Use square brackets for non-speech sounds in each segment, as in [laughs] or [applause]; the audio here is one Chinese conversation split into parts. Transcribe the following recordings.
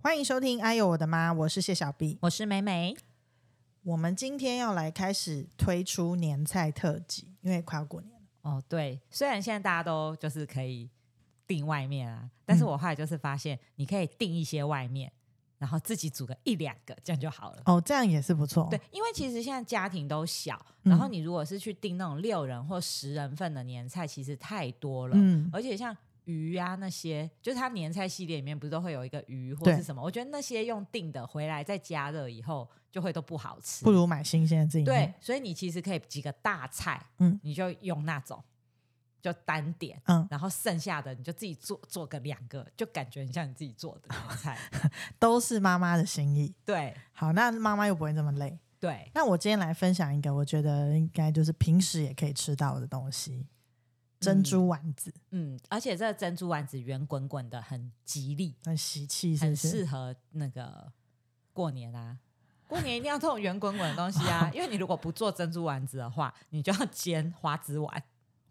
欢迎收听《哎呦我的妈》，我是谢小 B。我是美美，我们今天要来开始推出年菜特辑，因为快要过年了。哦，对，虽然现在大家都就是可以订外面啊，但是嗯我后来就是发现，你可以订一些外面，然后自己煮个一两个，这样就好了。哦，这样也是不错。对，，因为其实现在家庭都小，嗯然后你如果是去订那种六人或十人份的年菜，其实太多了，嗯，而且像鱼啊那些，就是它年菜系列里面不是都会有一个鱼或对是什么？我觉得那些用订的回来再加热以后，就会都不好吃。不如买新鲜的自己弄。对，所以你其实可以几个大菜，嗯嗯，你就用那种就单点，嗯，然后剩下的你就自己做做个两个，就感觉很像你自己做的那 [laughs] 种菜。都是妈妈的心意。对好，那妈妈又不会这么累。对，那我今天来分享一个，我觉得应该就是平时也可以吃到的东西——珍珠丸子，嗯，而且这个珍珠丸子圆滚滚的，很吉利，很喜气，是不很是？适合那个过年啊。过年一定要这种圆滚滚的东西 [laughs] 啊，因为你如果不做珍珠丸子的话，你就要煎花枝丸。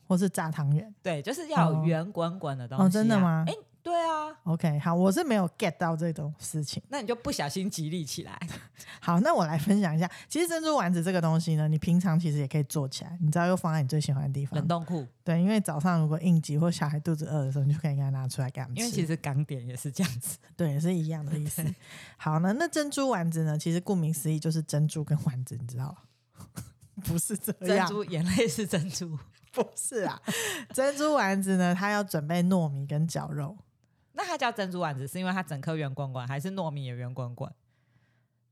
或是炸汤圆对，就是要有哦圆滚滚的东西、啊哦真的吗哎、对啊， ？OK，好，我是没有 get 到这种事情。那你就不小心吉利 [laughs] 起来。好，那我来分享一下，其实珍珠丸子这个东西呢，你平常其实也可以做起来，你知道又放在你最喜欢的地方冷。冻库，对，因为早上如果应急或小孩肚子饿的时候，你就可以给他拿出来给他们吃。因为其实港点也是这样 [laughs] 子。对，是一样的意思。好呢，那珍珠丸子呢？其实顾名思义就是珍珠跟丸子，你知道吗？ [laughs] 不是这珍样，珠眼泪是珍珠，不是啊。珍珠丸子呢，它要准备糯米跟绞肉，那它叫珍珠丸子是因为它整颗圆滚滚，还是糯米也圆滚滚？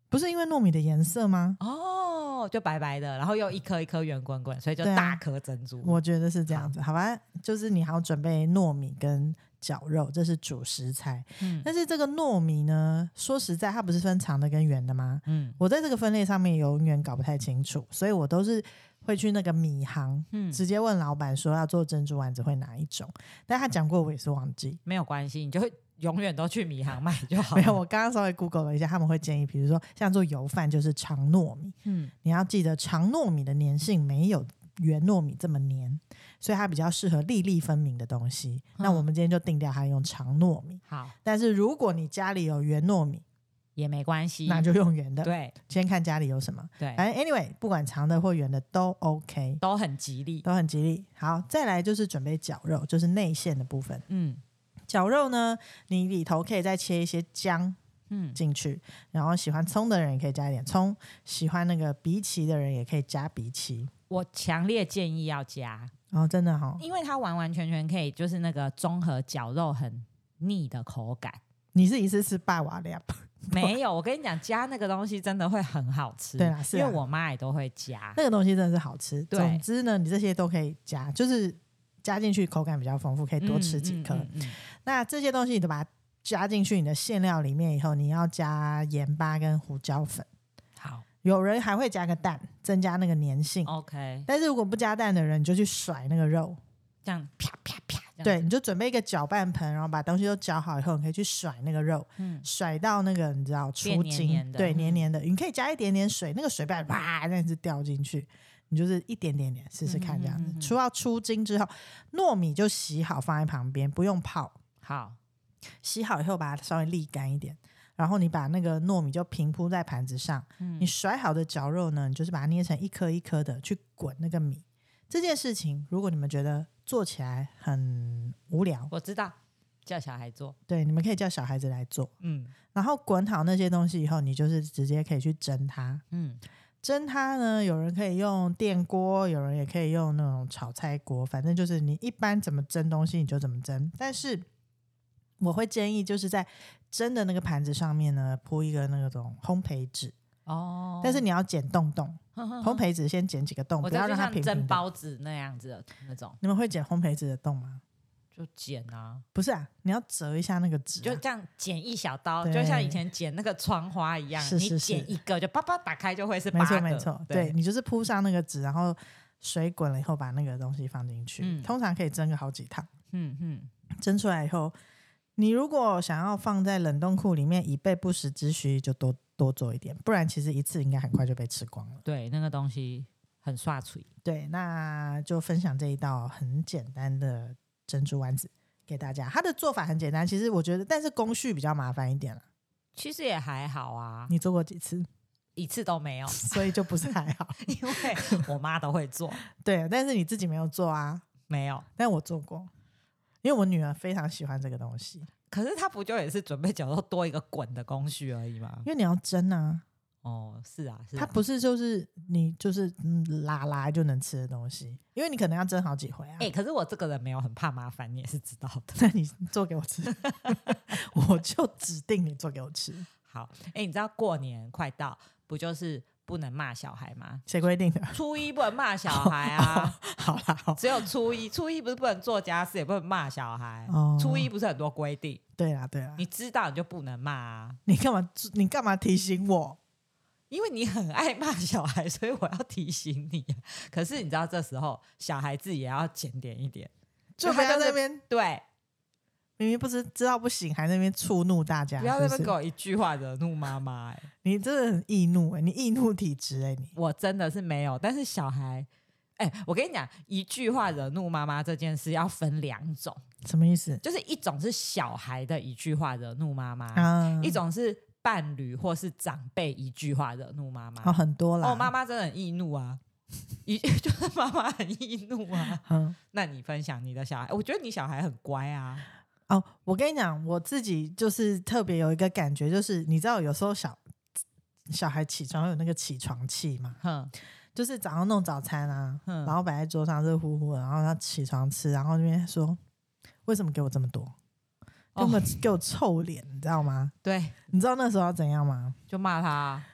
不是因为糯米的颜色吗？哦，就白白的，然后又一颗一颗圆滚滚，所以就对啊大颗珍珠。我觉得是这样子，好吧？就是你还要准备糯米跟绞肉，这是主食材。嗯但是这个糯米呢，说实在，它不是分长的跟圆的吗？嗯我在这个分类上面永远搞不太清楚，所以我都是会去那个米行，嗯，直接问老板说要做珍珠丸子会哪一种。但他讲过，我也是忘记。没有关系，你就会永远都去米行买就好了。没有，我刚刚稍微 Google 了一下，他们会建议，比如说像做油饭就是长糯米，嗯你要记得长糯米的粘性没有圆糯米这么粘，所以它比较适合粒粒分明的东西。那嗯我们今天就定掉它用长糯米，好但是如果你家里有圆糯米，也没关系，那就用圆的。嗯对先看家里有什么。对，反正 anyway，不管长的或圆的都 OK，都很吉利。都很吉利。好，再来就是准备绞肉，就是内馅的部分。嗯绞肉呢，你里头可以再切一些姜嗯进去，然后喜欢葱的人也可以加一点葱，喜欢那个荸荠的人也可以加荸荠。我强烈建议要加，然后真的哈、因为它完完全全可以就是那个综合绞肉很腻的口感。你是一次吃霸瓦料，没有，我跟你讲，加那个东西真的会很好吃。对啦是啊因为我妈也都会 [laughs] 加。那个东西真的是好吃。对总之呢，你这些都可以加，就是加进去口感比较丰富，可以多吃几颗。嗯嗯嗯那这些东西你都把它加进去你的馅料里面以后，你要加盐巴跟胡椒粉，好有人还会加个蛋，增加那个粘性。哦，OK，但是如果不加蛋的人，你就去甩那个肉，这样啪啪啪，这样对，你就准备一个搅拌盆，然后把东西都搅好以后，你可以去甩那个肉，嗯，甩到那个你知道出变黏筋，黏的对，嗯黏黏的。你可以加一点点水，那个水不要啪这样子掉进去，你就是一点点点试试看这样嗯嗯嗯子。嗯嗯除了出筋之后，糯米就洗好放在旁边，不用泡。好，洗好以后把它稍微沥干一点，然后你把那个糯米就平铺在盘子上，你嗯甩好的绞肉呢，你就是把它捏成一颗一颗的去滚那个米。这件事情，如果你们觉得做起来很无聊，我知道，叫小孩做，对，你们可以叫小孩子来做。嗯然后滚好那些东西以后，你就是直接可以去蒸它。嗯，蒸它呢，有人可以用电锅，有人也可以用那种炒菜锅，反正就是你一般怎么蒸东西你就怎么蒸。但是我会建议就是在蒸的那个盘子上面呢铺一个那种烘焙纸，哦，但是你要剪洞洞，烘烘，焙纸先剪几个洞，我不知道要就让它像平蒸平的。包子那样子的那种，你们会剪烘焙纸的洞吗？就剪啊，不是啊，你要折一下那个纸、就啊。这样剪一小刀，对就像以前剪那个窗花一样，是是你是剪一个就啪啪打开就会是没八错个，没错，对，你就是铺上那个纸，然后水滚了以后把那个东西放进去，嗯通常可以蒸个好几趟。嗯嗯，蒸出来以后，你如果想要放在冷冻库里面以备不时之需，就多多做一点，不然其实一次应该很快就被吃光了。对，那个东西很刷嘴，对，那就分享这一道很简单的珍珠丸子给大家。它的做法很简单，其实我觉得，但是工序比较麻烦一点了。其实也还好啊，你做过几次？，一次都没有所以就不是还好。因为我妈都会做，对，但是你自己没有做啊，没有。但我做过，因为我女儿非常喜欢这个东西，可是她不就也是准备绞肉多一个滚的工序而已吗因？为你要蒸啊，哦，是啊，是啊它不是就是你就是嗯拉拉就能吃的东西，因为你可能要蒸好几回啊。哎、可是我这个人没有很怕麻烦，你也是知道的。 [laughs] 那你做给我吃，我就指定你做给我吃。好，哎、你知道过年快到，不就是不能骂小孩吗？谁规定的？ [laughs] 初一不能骂小孩啊，好啦，好，只有初一，初一不是不能做家事，也不能骂小孩。哦初一不是很多规定，对啦，对啦，你知道你就不能骂啊，你干嘛？你干嘛提醒我？因为你很爱骂小孩，所以我要提醒你啊。可是你知道这时候小孩子也要检点一点，就不他要就在是那边对，明明不知知道不行，还在那边触怒大家。不要在是那不啊边是给我一句话惹怒妈妈、哎，你真的很易怒哎、你易怒体质哎、你我真的是没有，但是小孩。哎、我跟你讲，一句话惹怒妈妈这件事要分两种，什么意思就是一种是小孩的一句话惹怒妈妈，啊？一种是伴侣或是长辈一句话惹怒妈妈。哦，很多啦。哦，妈，妈真的很易怒啊，一 [laughs] 就是妈妈很易怒啊。嗯，那你分享你的小孩，我觉得你小孩很乖啊。哦，我跟你讲，我自己就是特别有一个感觉，就是你知道，有时候小小孩起床会有那个起床气嘛，哼就是早上弄早餐啊，哼，然后摆在桌上热乎乎的，然后他起床吃，然后那边说为什么给我这么多，给我、哦给我臭脸，你知道吗？对，你知道那时候要怎样吗？就骂他啊，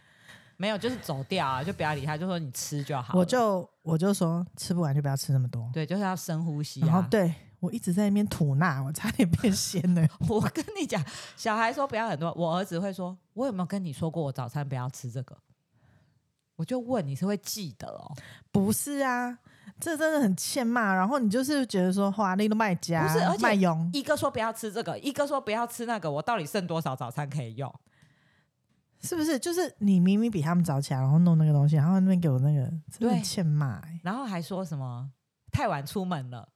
没有就是走掉啊，就不要理他，就说你吃就好了。我就我就说吃不完就不要吃那么多，对，就是要深呼吸然后啊。对我一直在那边吐纳，我差点变 [laughs] 仙了。 [laughs] 我跟你讲，小孩说不要很多，我儿子会说，我有没有跟你说过我早餐不要吃这个？我就问你是会记得哦，不是啊，这真的很欠骂。然后你就是觉得说，华丽都卖家，不是而且卖佣，一个说不要吃这个，一个说不要吃那个，我到底剩多少早餐可以用？是不是？就是你明明比他们早起来，然后弄那个东西，然后那边给我那个，真的对很欠骂、欸。然后还说什么太晚出门了，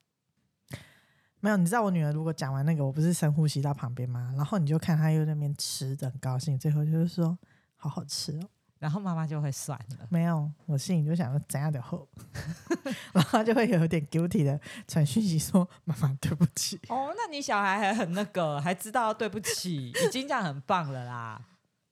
没有，你知道我女儿如果讲完那个，我不是深呼吸到旁边吗？然后你就看她又在那边吃的很高兴，最后就是说好好吃哦。然后妈妈就会算了。没有，我心里就想说怎样的后， [laughs] 然后她就会有点 guilty 的传讯息说妈妈对不起。哦，那你小孩还很那个，还知道对不起，已经这样很棒了啦。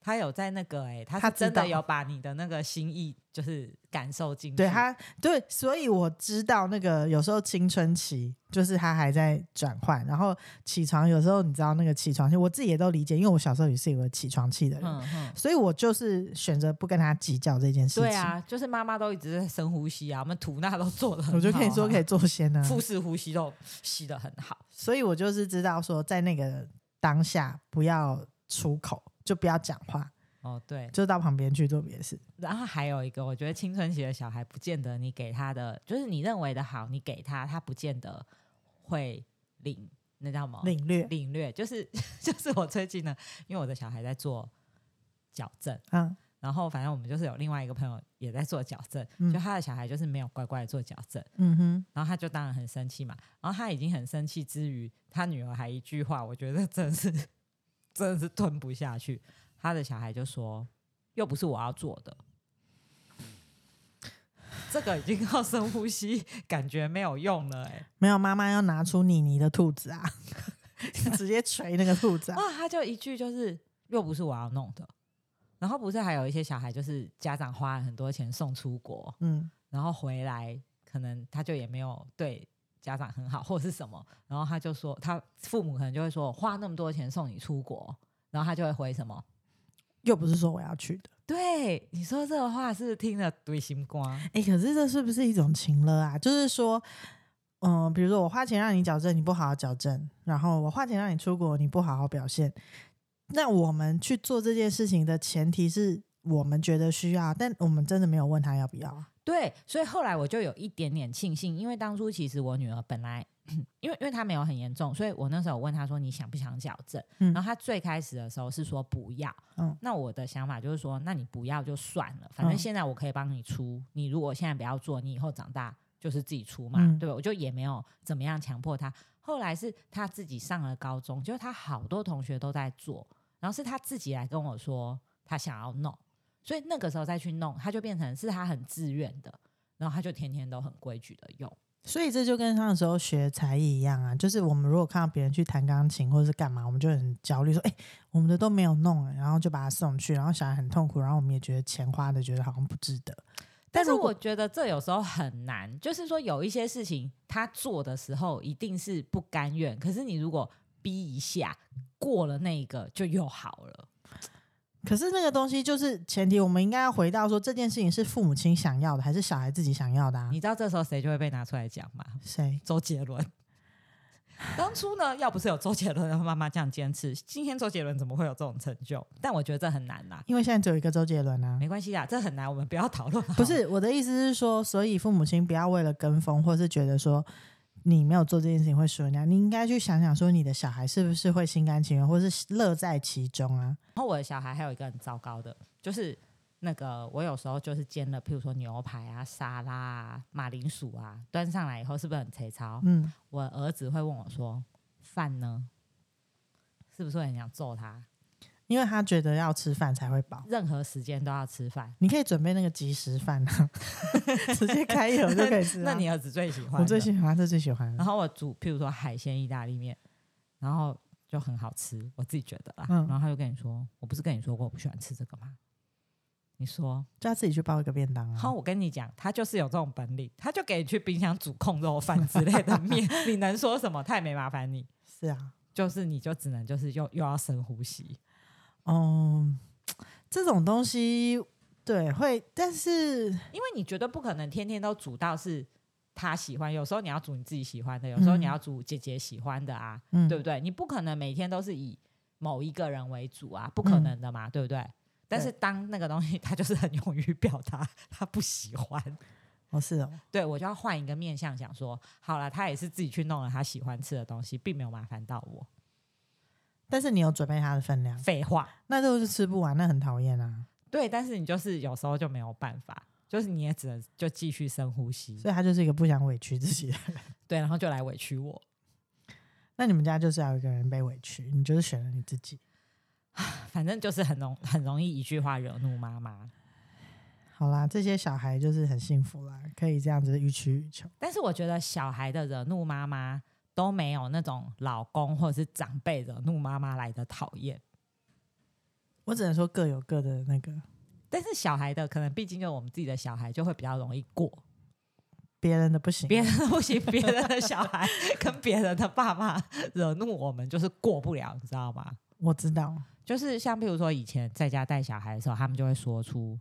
他有在那个哎、他他是知真的道有把你的那个心意就是感受进去。对他，对，所以我知道那个有时候青春期就是他还在转换，然后起床有时候你知道那个起床气，我自己也都理解，因为我小时候也是有个起床气的人，嗯哼，所以我就是选择不跟他计较这件事情。对，啊，就是妈妈都一直在深呼吸啊，我们吐纳都做的、我就可以说可以，做先啊，腹式呼吸都吸的很好。所以我就是知道说在那个当下不要出口，就不要讲话，哦，对，就到旁边去做别的事。然后还有一个，我觉得青春期的小孩不见得你给他的，就是你认为的好，你给他，他不见得会领，那叫什么？领略哦领略，就是 [laughs] 就是我最近呢，因为我的小孩在做矫正，啊，然后反正我们就是有另外一个朋友也在做矫正，嗯就他的小孩就是没有乖乖的做矫正，嗯哼，然后他就当然很生气嘛，然后他已经很生气之余，他女儿还一句话，我觉得真的是真的是吞不下去，他的小孩就说：“又不是我要做的。” [laughs] 这个已经 [laughs] 靠深呼吸，感觉没有用了、欸，没有妈妈要拿出妮妮的兔子啊， [laughs] 直接捶那个兔子啊。啊，他就一句就是又不是我要弄的。然后不是还有一些小孩，就是家长花了很多钱送出国，嗯，然后回来可能他就也没有对家长很好，或是什么，然后他就说他父母可能就会说花那么多钱送你出国，然后他就会回什么？又不是说我要去的。对，你说这个话是不是听了堆心瓜，哎、可是这是不是一种情了啊？就是说，嗯、比如说我花钱让你矫正，你不好好矫正，然后我花钱让你出国，你不好好表现。那我们去做这件事情的前提是我们觉得需要，但我们真的没有问他要不要啊。对，所以后来我就有一点点庆幸，因为当初其实我女儿本来， [clears throat] 因为因为她没有很严重，所以我那时候问她说你想不想矫正？嗯然后她最开始的时候是说不要，嗯那我的想法就是说，那你不要就算了，反正嗯现在我可以帮你出，你如果现在不要做，你以后长大就是自己出嘛，嗯对吧？我就也没有怎么样强迫她。后来是她自己上了高中，就是她好多同学都在做，然后是他自己来跟我说他想要弄，所以那个时候再去弄，他就变成是他很自愿的，然后他就天天都很规矩的用。所以这就跟上的时候学才艺一样啊，就是我们如果看到别人去弹钢琴或者是干嘛，我们就很焦虑，说：“哎、我们的都没有弄、然后就把他送去，然后小孩很痛苦，然后我们也觉得钱花的觉得好像不值得。但是如果我觉得这有时候很难，就是说有一些事情他做的时候一定是不甘愿，可是你如果逼一下过了那一个就又好了。可是那个东西就是前提，我们应该要回到说这件事情是父母亲想要的，还是小孩自己想要的啊？你知道这时候谁就会被拿出来讲吗？谁？周杰伦。 [laughs] 当初呢，要不是有周杰伦的妈妈这样坚持，今天周杰伦怎么会有这种成就？但我觉得这很难啦，因为现在只有一个周杰伦 [laughs] 啊。没关系啦，这很难，我们不要讨论。不，是我的意思是说，所以父母亲不要为了跟风，或是觉得说你没有做这件事情会输人家，你应该去想想说你的小孩是不是会心甘情愿，或是乐在其中啊。然后我的小孩还有一个很糟糕的，就是那个我有时候就是煎了，譬如说牛排啊、沙拉啊、马铃薯啊，端上来以后是不是很粗糙？嗯，我儿子会问我说：“饭呢？”是不是会很想揍他？因为他觉得要吃饭才会饱。任何时间都要吃饭。你可以准备那个即食饭 [laughs] 啊，直接开油就可以吃啊、那你儿子最喜欢？我最喜欢，这最喜欢然了。后我煮，譬如说海鲜意大利面，然后就很好吃，我自己觉得啦。嗯然后他就跟你说：“我不是跟你说过我不喜欢吃这个吗？”你说就他自己去包一个便当：“好，啊。我跟你讲，他就是有这种本领，他就给你去冰箱煮控肉饭之类的 [laughs] 面，你能说什么？他也没麻烦你，是啊，就是你就只能就是又又要深呼吸。哦、这种东西对会，但是因为你绝对不可能天天都煮到是他喜欢，有时候你要煮你自己喜欢的，有时候你嗯要煮姐姐喜欢的啊，嗯，对不对？你不可能每天都是以某一个人为主啊，不可能的嘛，对不对？但是当那个东西 [laughs] 他就是很勇于表达他不喜欢，哦是哦，对我就要换一个面向想说，好了，他也是自己去弄了他喜欢吃的东西，并没有麻烦到我。但是你有准备它的分量，废话，那都是吃不完，那很讨厌啊。对，但是你就是有时候就没有办法，就是你也只能就继续深呼吸，所以他就是一个不想委屈自己的 [laughs] 人。对，然后就来委屈我。那你们家就是要有一个人被委屈，你就是选了你自己。反正就是很容很容易一句话惹怒妈妈。好啦，这些小孩就是很幸福啦，可以这样子予取予求。但是我觉得小孩的惹怒妈妈都没有那种老公或者是长辈惹怒妈妈来的讨厌。我只能说各有各的那个，但是小孩的可能毕竟就我们自己的小孩就会比较容易过，别人的不行。啊别人的不行，别人的小孩跟别人的爸妈惹怒我们就是过不了，你知道吗？我知道，就是像譬如说以前在家带小孩的时候，他们就会说出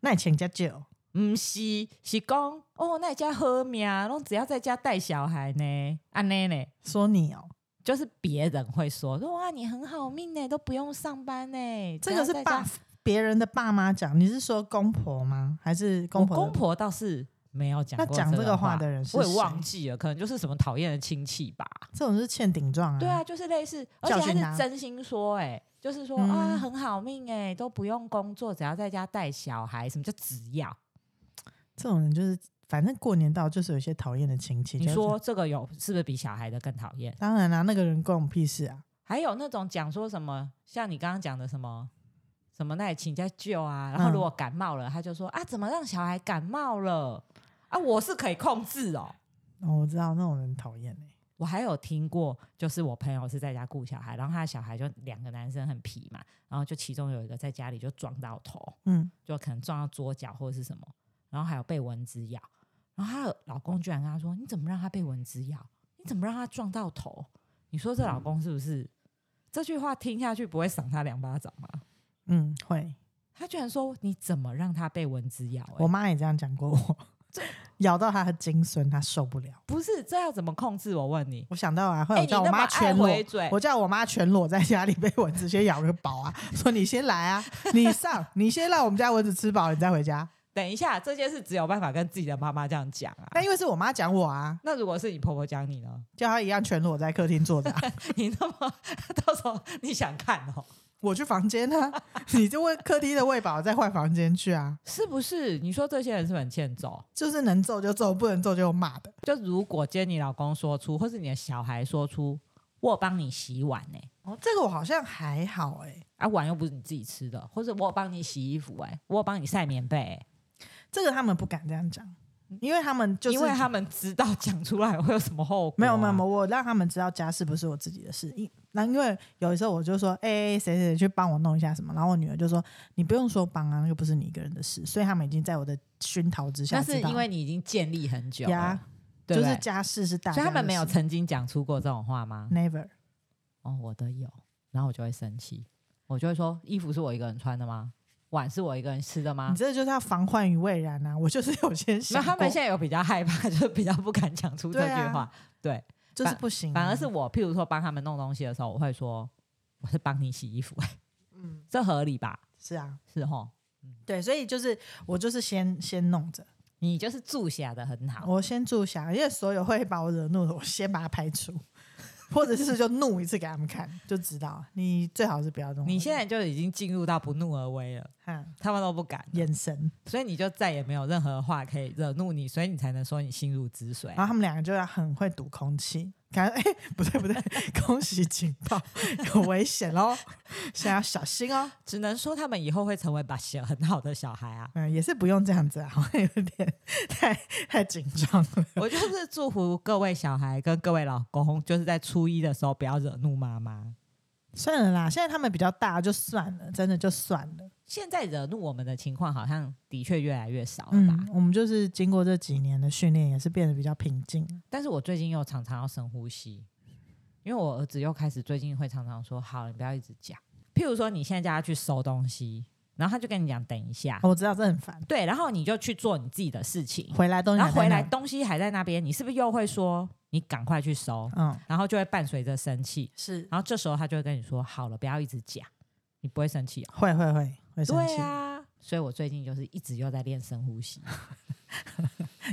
那你请家酒，唔是，是讲哦，那家喝命，拢只要在家带小孩呢，安尼呢。说你哦、就是别人会说说哇，你很好命欸呢，都不用上班呢。这个只是要在爸家别人的爸妈讲，你是说公婆吗？还是公我婆的？公婆倒是没有讲那过讲这个个话的人是我也忘谁记了，可能就是什么讨厌的亲戚吧。这种是欠顶撞啊。对啊，，就是类似，而教且训他他是真心说、欸，哎，就是说、嗯啊，很好命哎、都不用工作，只要在家带小孩。什么叫只要？这种人就是，反正过年到就是有一些讨厌的亲戚。你就是说这个有是不是比小孩的更讨厌？当然啦、那个人关我们屁事啊！还有那种讲说什么，像你刚刚讲的什么什么，那也请假救啊。然后嗯如果感冒了，他就说啊，怎么让小孩感冒了啊？我是可以控制哦。哦，我知道那种人讨厌欸我还有听过，就是我朋友是在家顾小孩，然后他的小孩就两个男生很皮嘛，然后就其中有一个在家里就撞到头，嗯，就可能撞到桌角或者是什么，然后还有被蚊子咬，然后她的老公居然跟她说：“你怎么让她被蚊子咬？你怎么让她撞到头？”你说这老公是不是、这句话听下去不会赏她两巴掌吗？嗯，会。她居然说：“你怎么让她被蚊子咬、欸？”我妈也这样讲过我，咬到她的精髓，她受不了。不是这要怎么控制？我问你，我想到啊，后哎、来我你叫我那么妈爱全裸，回嘴，我叫我妈全裸在家里被蚊子先咬个饱啊，说你先来啊，你上，你先让我们家蚊子吃饱，你再回家。等一下这件事只有办法跟自己的妈妈这样讲啊。但因为是我妈讲我啊，那如果是你婆婆讲你呢？ [laughs] 叫她一样全裸在客厅坐着啊、你那么 [laughs] 到时候你想看哦，我去房间啊，你就问客厅的喂饱，再换房间去啊，是不是？你说这些人是不是很欠揍？就是能揍就揍，不能揍就骂的。就如果今天你老公说出，或是你的小孩说出我有帮你洗碗呢、哦，这个我好像还好哎、啊，碗又不是你自己吃的，或者我有帮你洗衣服、哎，我有帮你晒棉被、哎这个他们不敢这样讲，因为他们就是因为他们知道讲出来会有什么后果、啊没有没有没有，，我让他们知道家事不是我自己的事。因那因为有时候我就说，哎、谁谁谁去帮我弄一下什么，然后我女儿就说，你不用说帮啊，又不是你一个人的事。所以他们已经在我的熏陶之下但知道，是因为你已经建立很久呀了，对不就对是嗯家事是大家所的以事，他们没有曾经讲出过这种话吗？ never。哦，我的有，然后我就会生气，我就会说衣服是我一个人穿的吗？碗是我一个人吃的吗你？这个就是要防患于未然啊！我就是有些没想有，他们过现在有比较害怕， [laughs] 就是比较不敢讲出这对句啊话。对,、就是不行啊、反而是我，譬如说帮他们弄东西的时候，我会说我是帮你洗衣服， [laughs] 嗯，这合理吧？是啊，是吼，对，所以就是我就是先先弄着，你就是住下的很好。我先住下，因为所有会把我惹怒的，我先把它排除，或者是就怒一次给他们看，就知道你最好是不要弄我。你现在就已经进入到不怒而威了，嗯他们都不敢，眼神，所以你就再也没有任何话可以惹怒你，所以你才能说你心如止水。然后他们两个就要很会读空气，感觉哎、不对不 [laughs] 对，恭喜警报，有危险喽，现在要小心哦。只能说他们以后会成为把戏很好的小孩啊。嗯，也是不用这样子啊，好像有点太太紧张了。我就是祝福各位小孩跟各位老公，就是在初一的时候不要惹怒妈妈。算了啦，现在他们比较大，就算了，真的就算了。现在惹怒我们的情况好像的确越来越少了吧？嗯，我们就是经过这几年的训练，也是变得比较平静。但是我最近又常常要深呼吸，因为我儿子又开始最近会常常说：“好，你不要一直讲。”譬如说，你现在叫他去收东西，然后他就跟你讲：“等一下。哦我知道这很烦，对，然后你就去做你自己的事情，回来东西然还后在回那来，东西还在那边，你是不是又会说：“你赶快去收嗯，？”然后就会伴随着生气，是然后这时候他就会跟你说：“好了，不要一直讲，你不会生气哦。会会会会”生对气。啊，所以我最近就是一直又在练深呼吸， [laughs]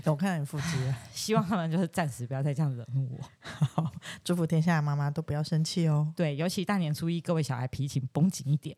有看到你腹肌了，希望他们就是暂时不要再这样惹怒我。祝福天下的妈妈都不要生气哦。对，尤其大年初一，各位小孩皮请绷紧一点。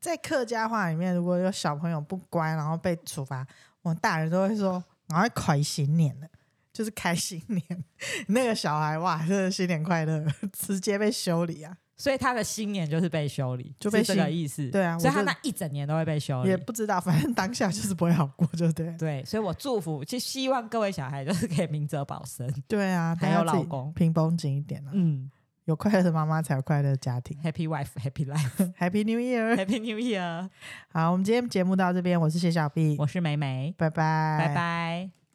在客家话里面，如果有小朋友不乖，然后被处罚，我们大人都会说“赶快开新年了”，就是开新年。那个小孩哇，真的新年快乐，直接被修理啊！所以他的新年就是被修理，就被是这个新意思。对啊所以我他就那一整年都会被修也理。不知道，反正当下就是不会好过，就对了。对，所以我祝福，就希望各位小孩就是可以明哲保身。对啊，还大家有自己老公平绷紧一点啊！嗯有快乐的妈妈才有快乐的家庭。 ，Happy wife, Happy life, Happy New Year！ Happy [laughs] New Year。好，我们今天节目到这边，我是谢小 B，我是梅梅，拜拜，拜拜。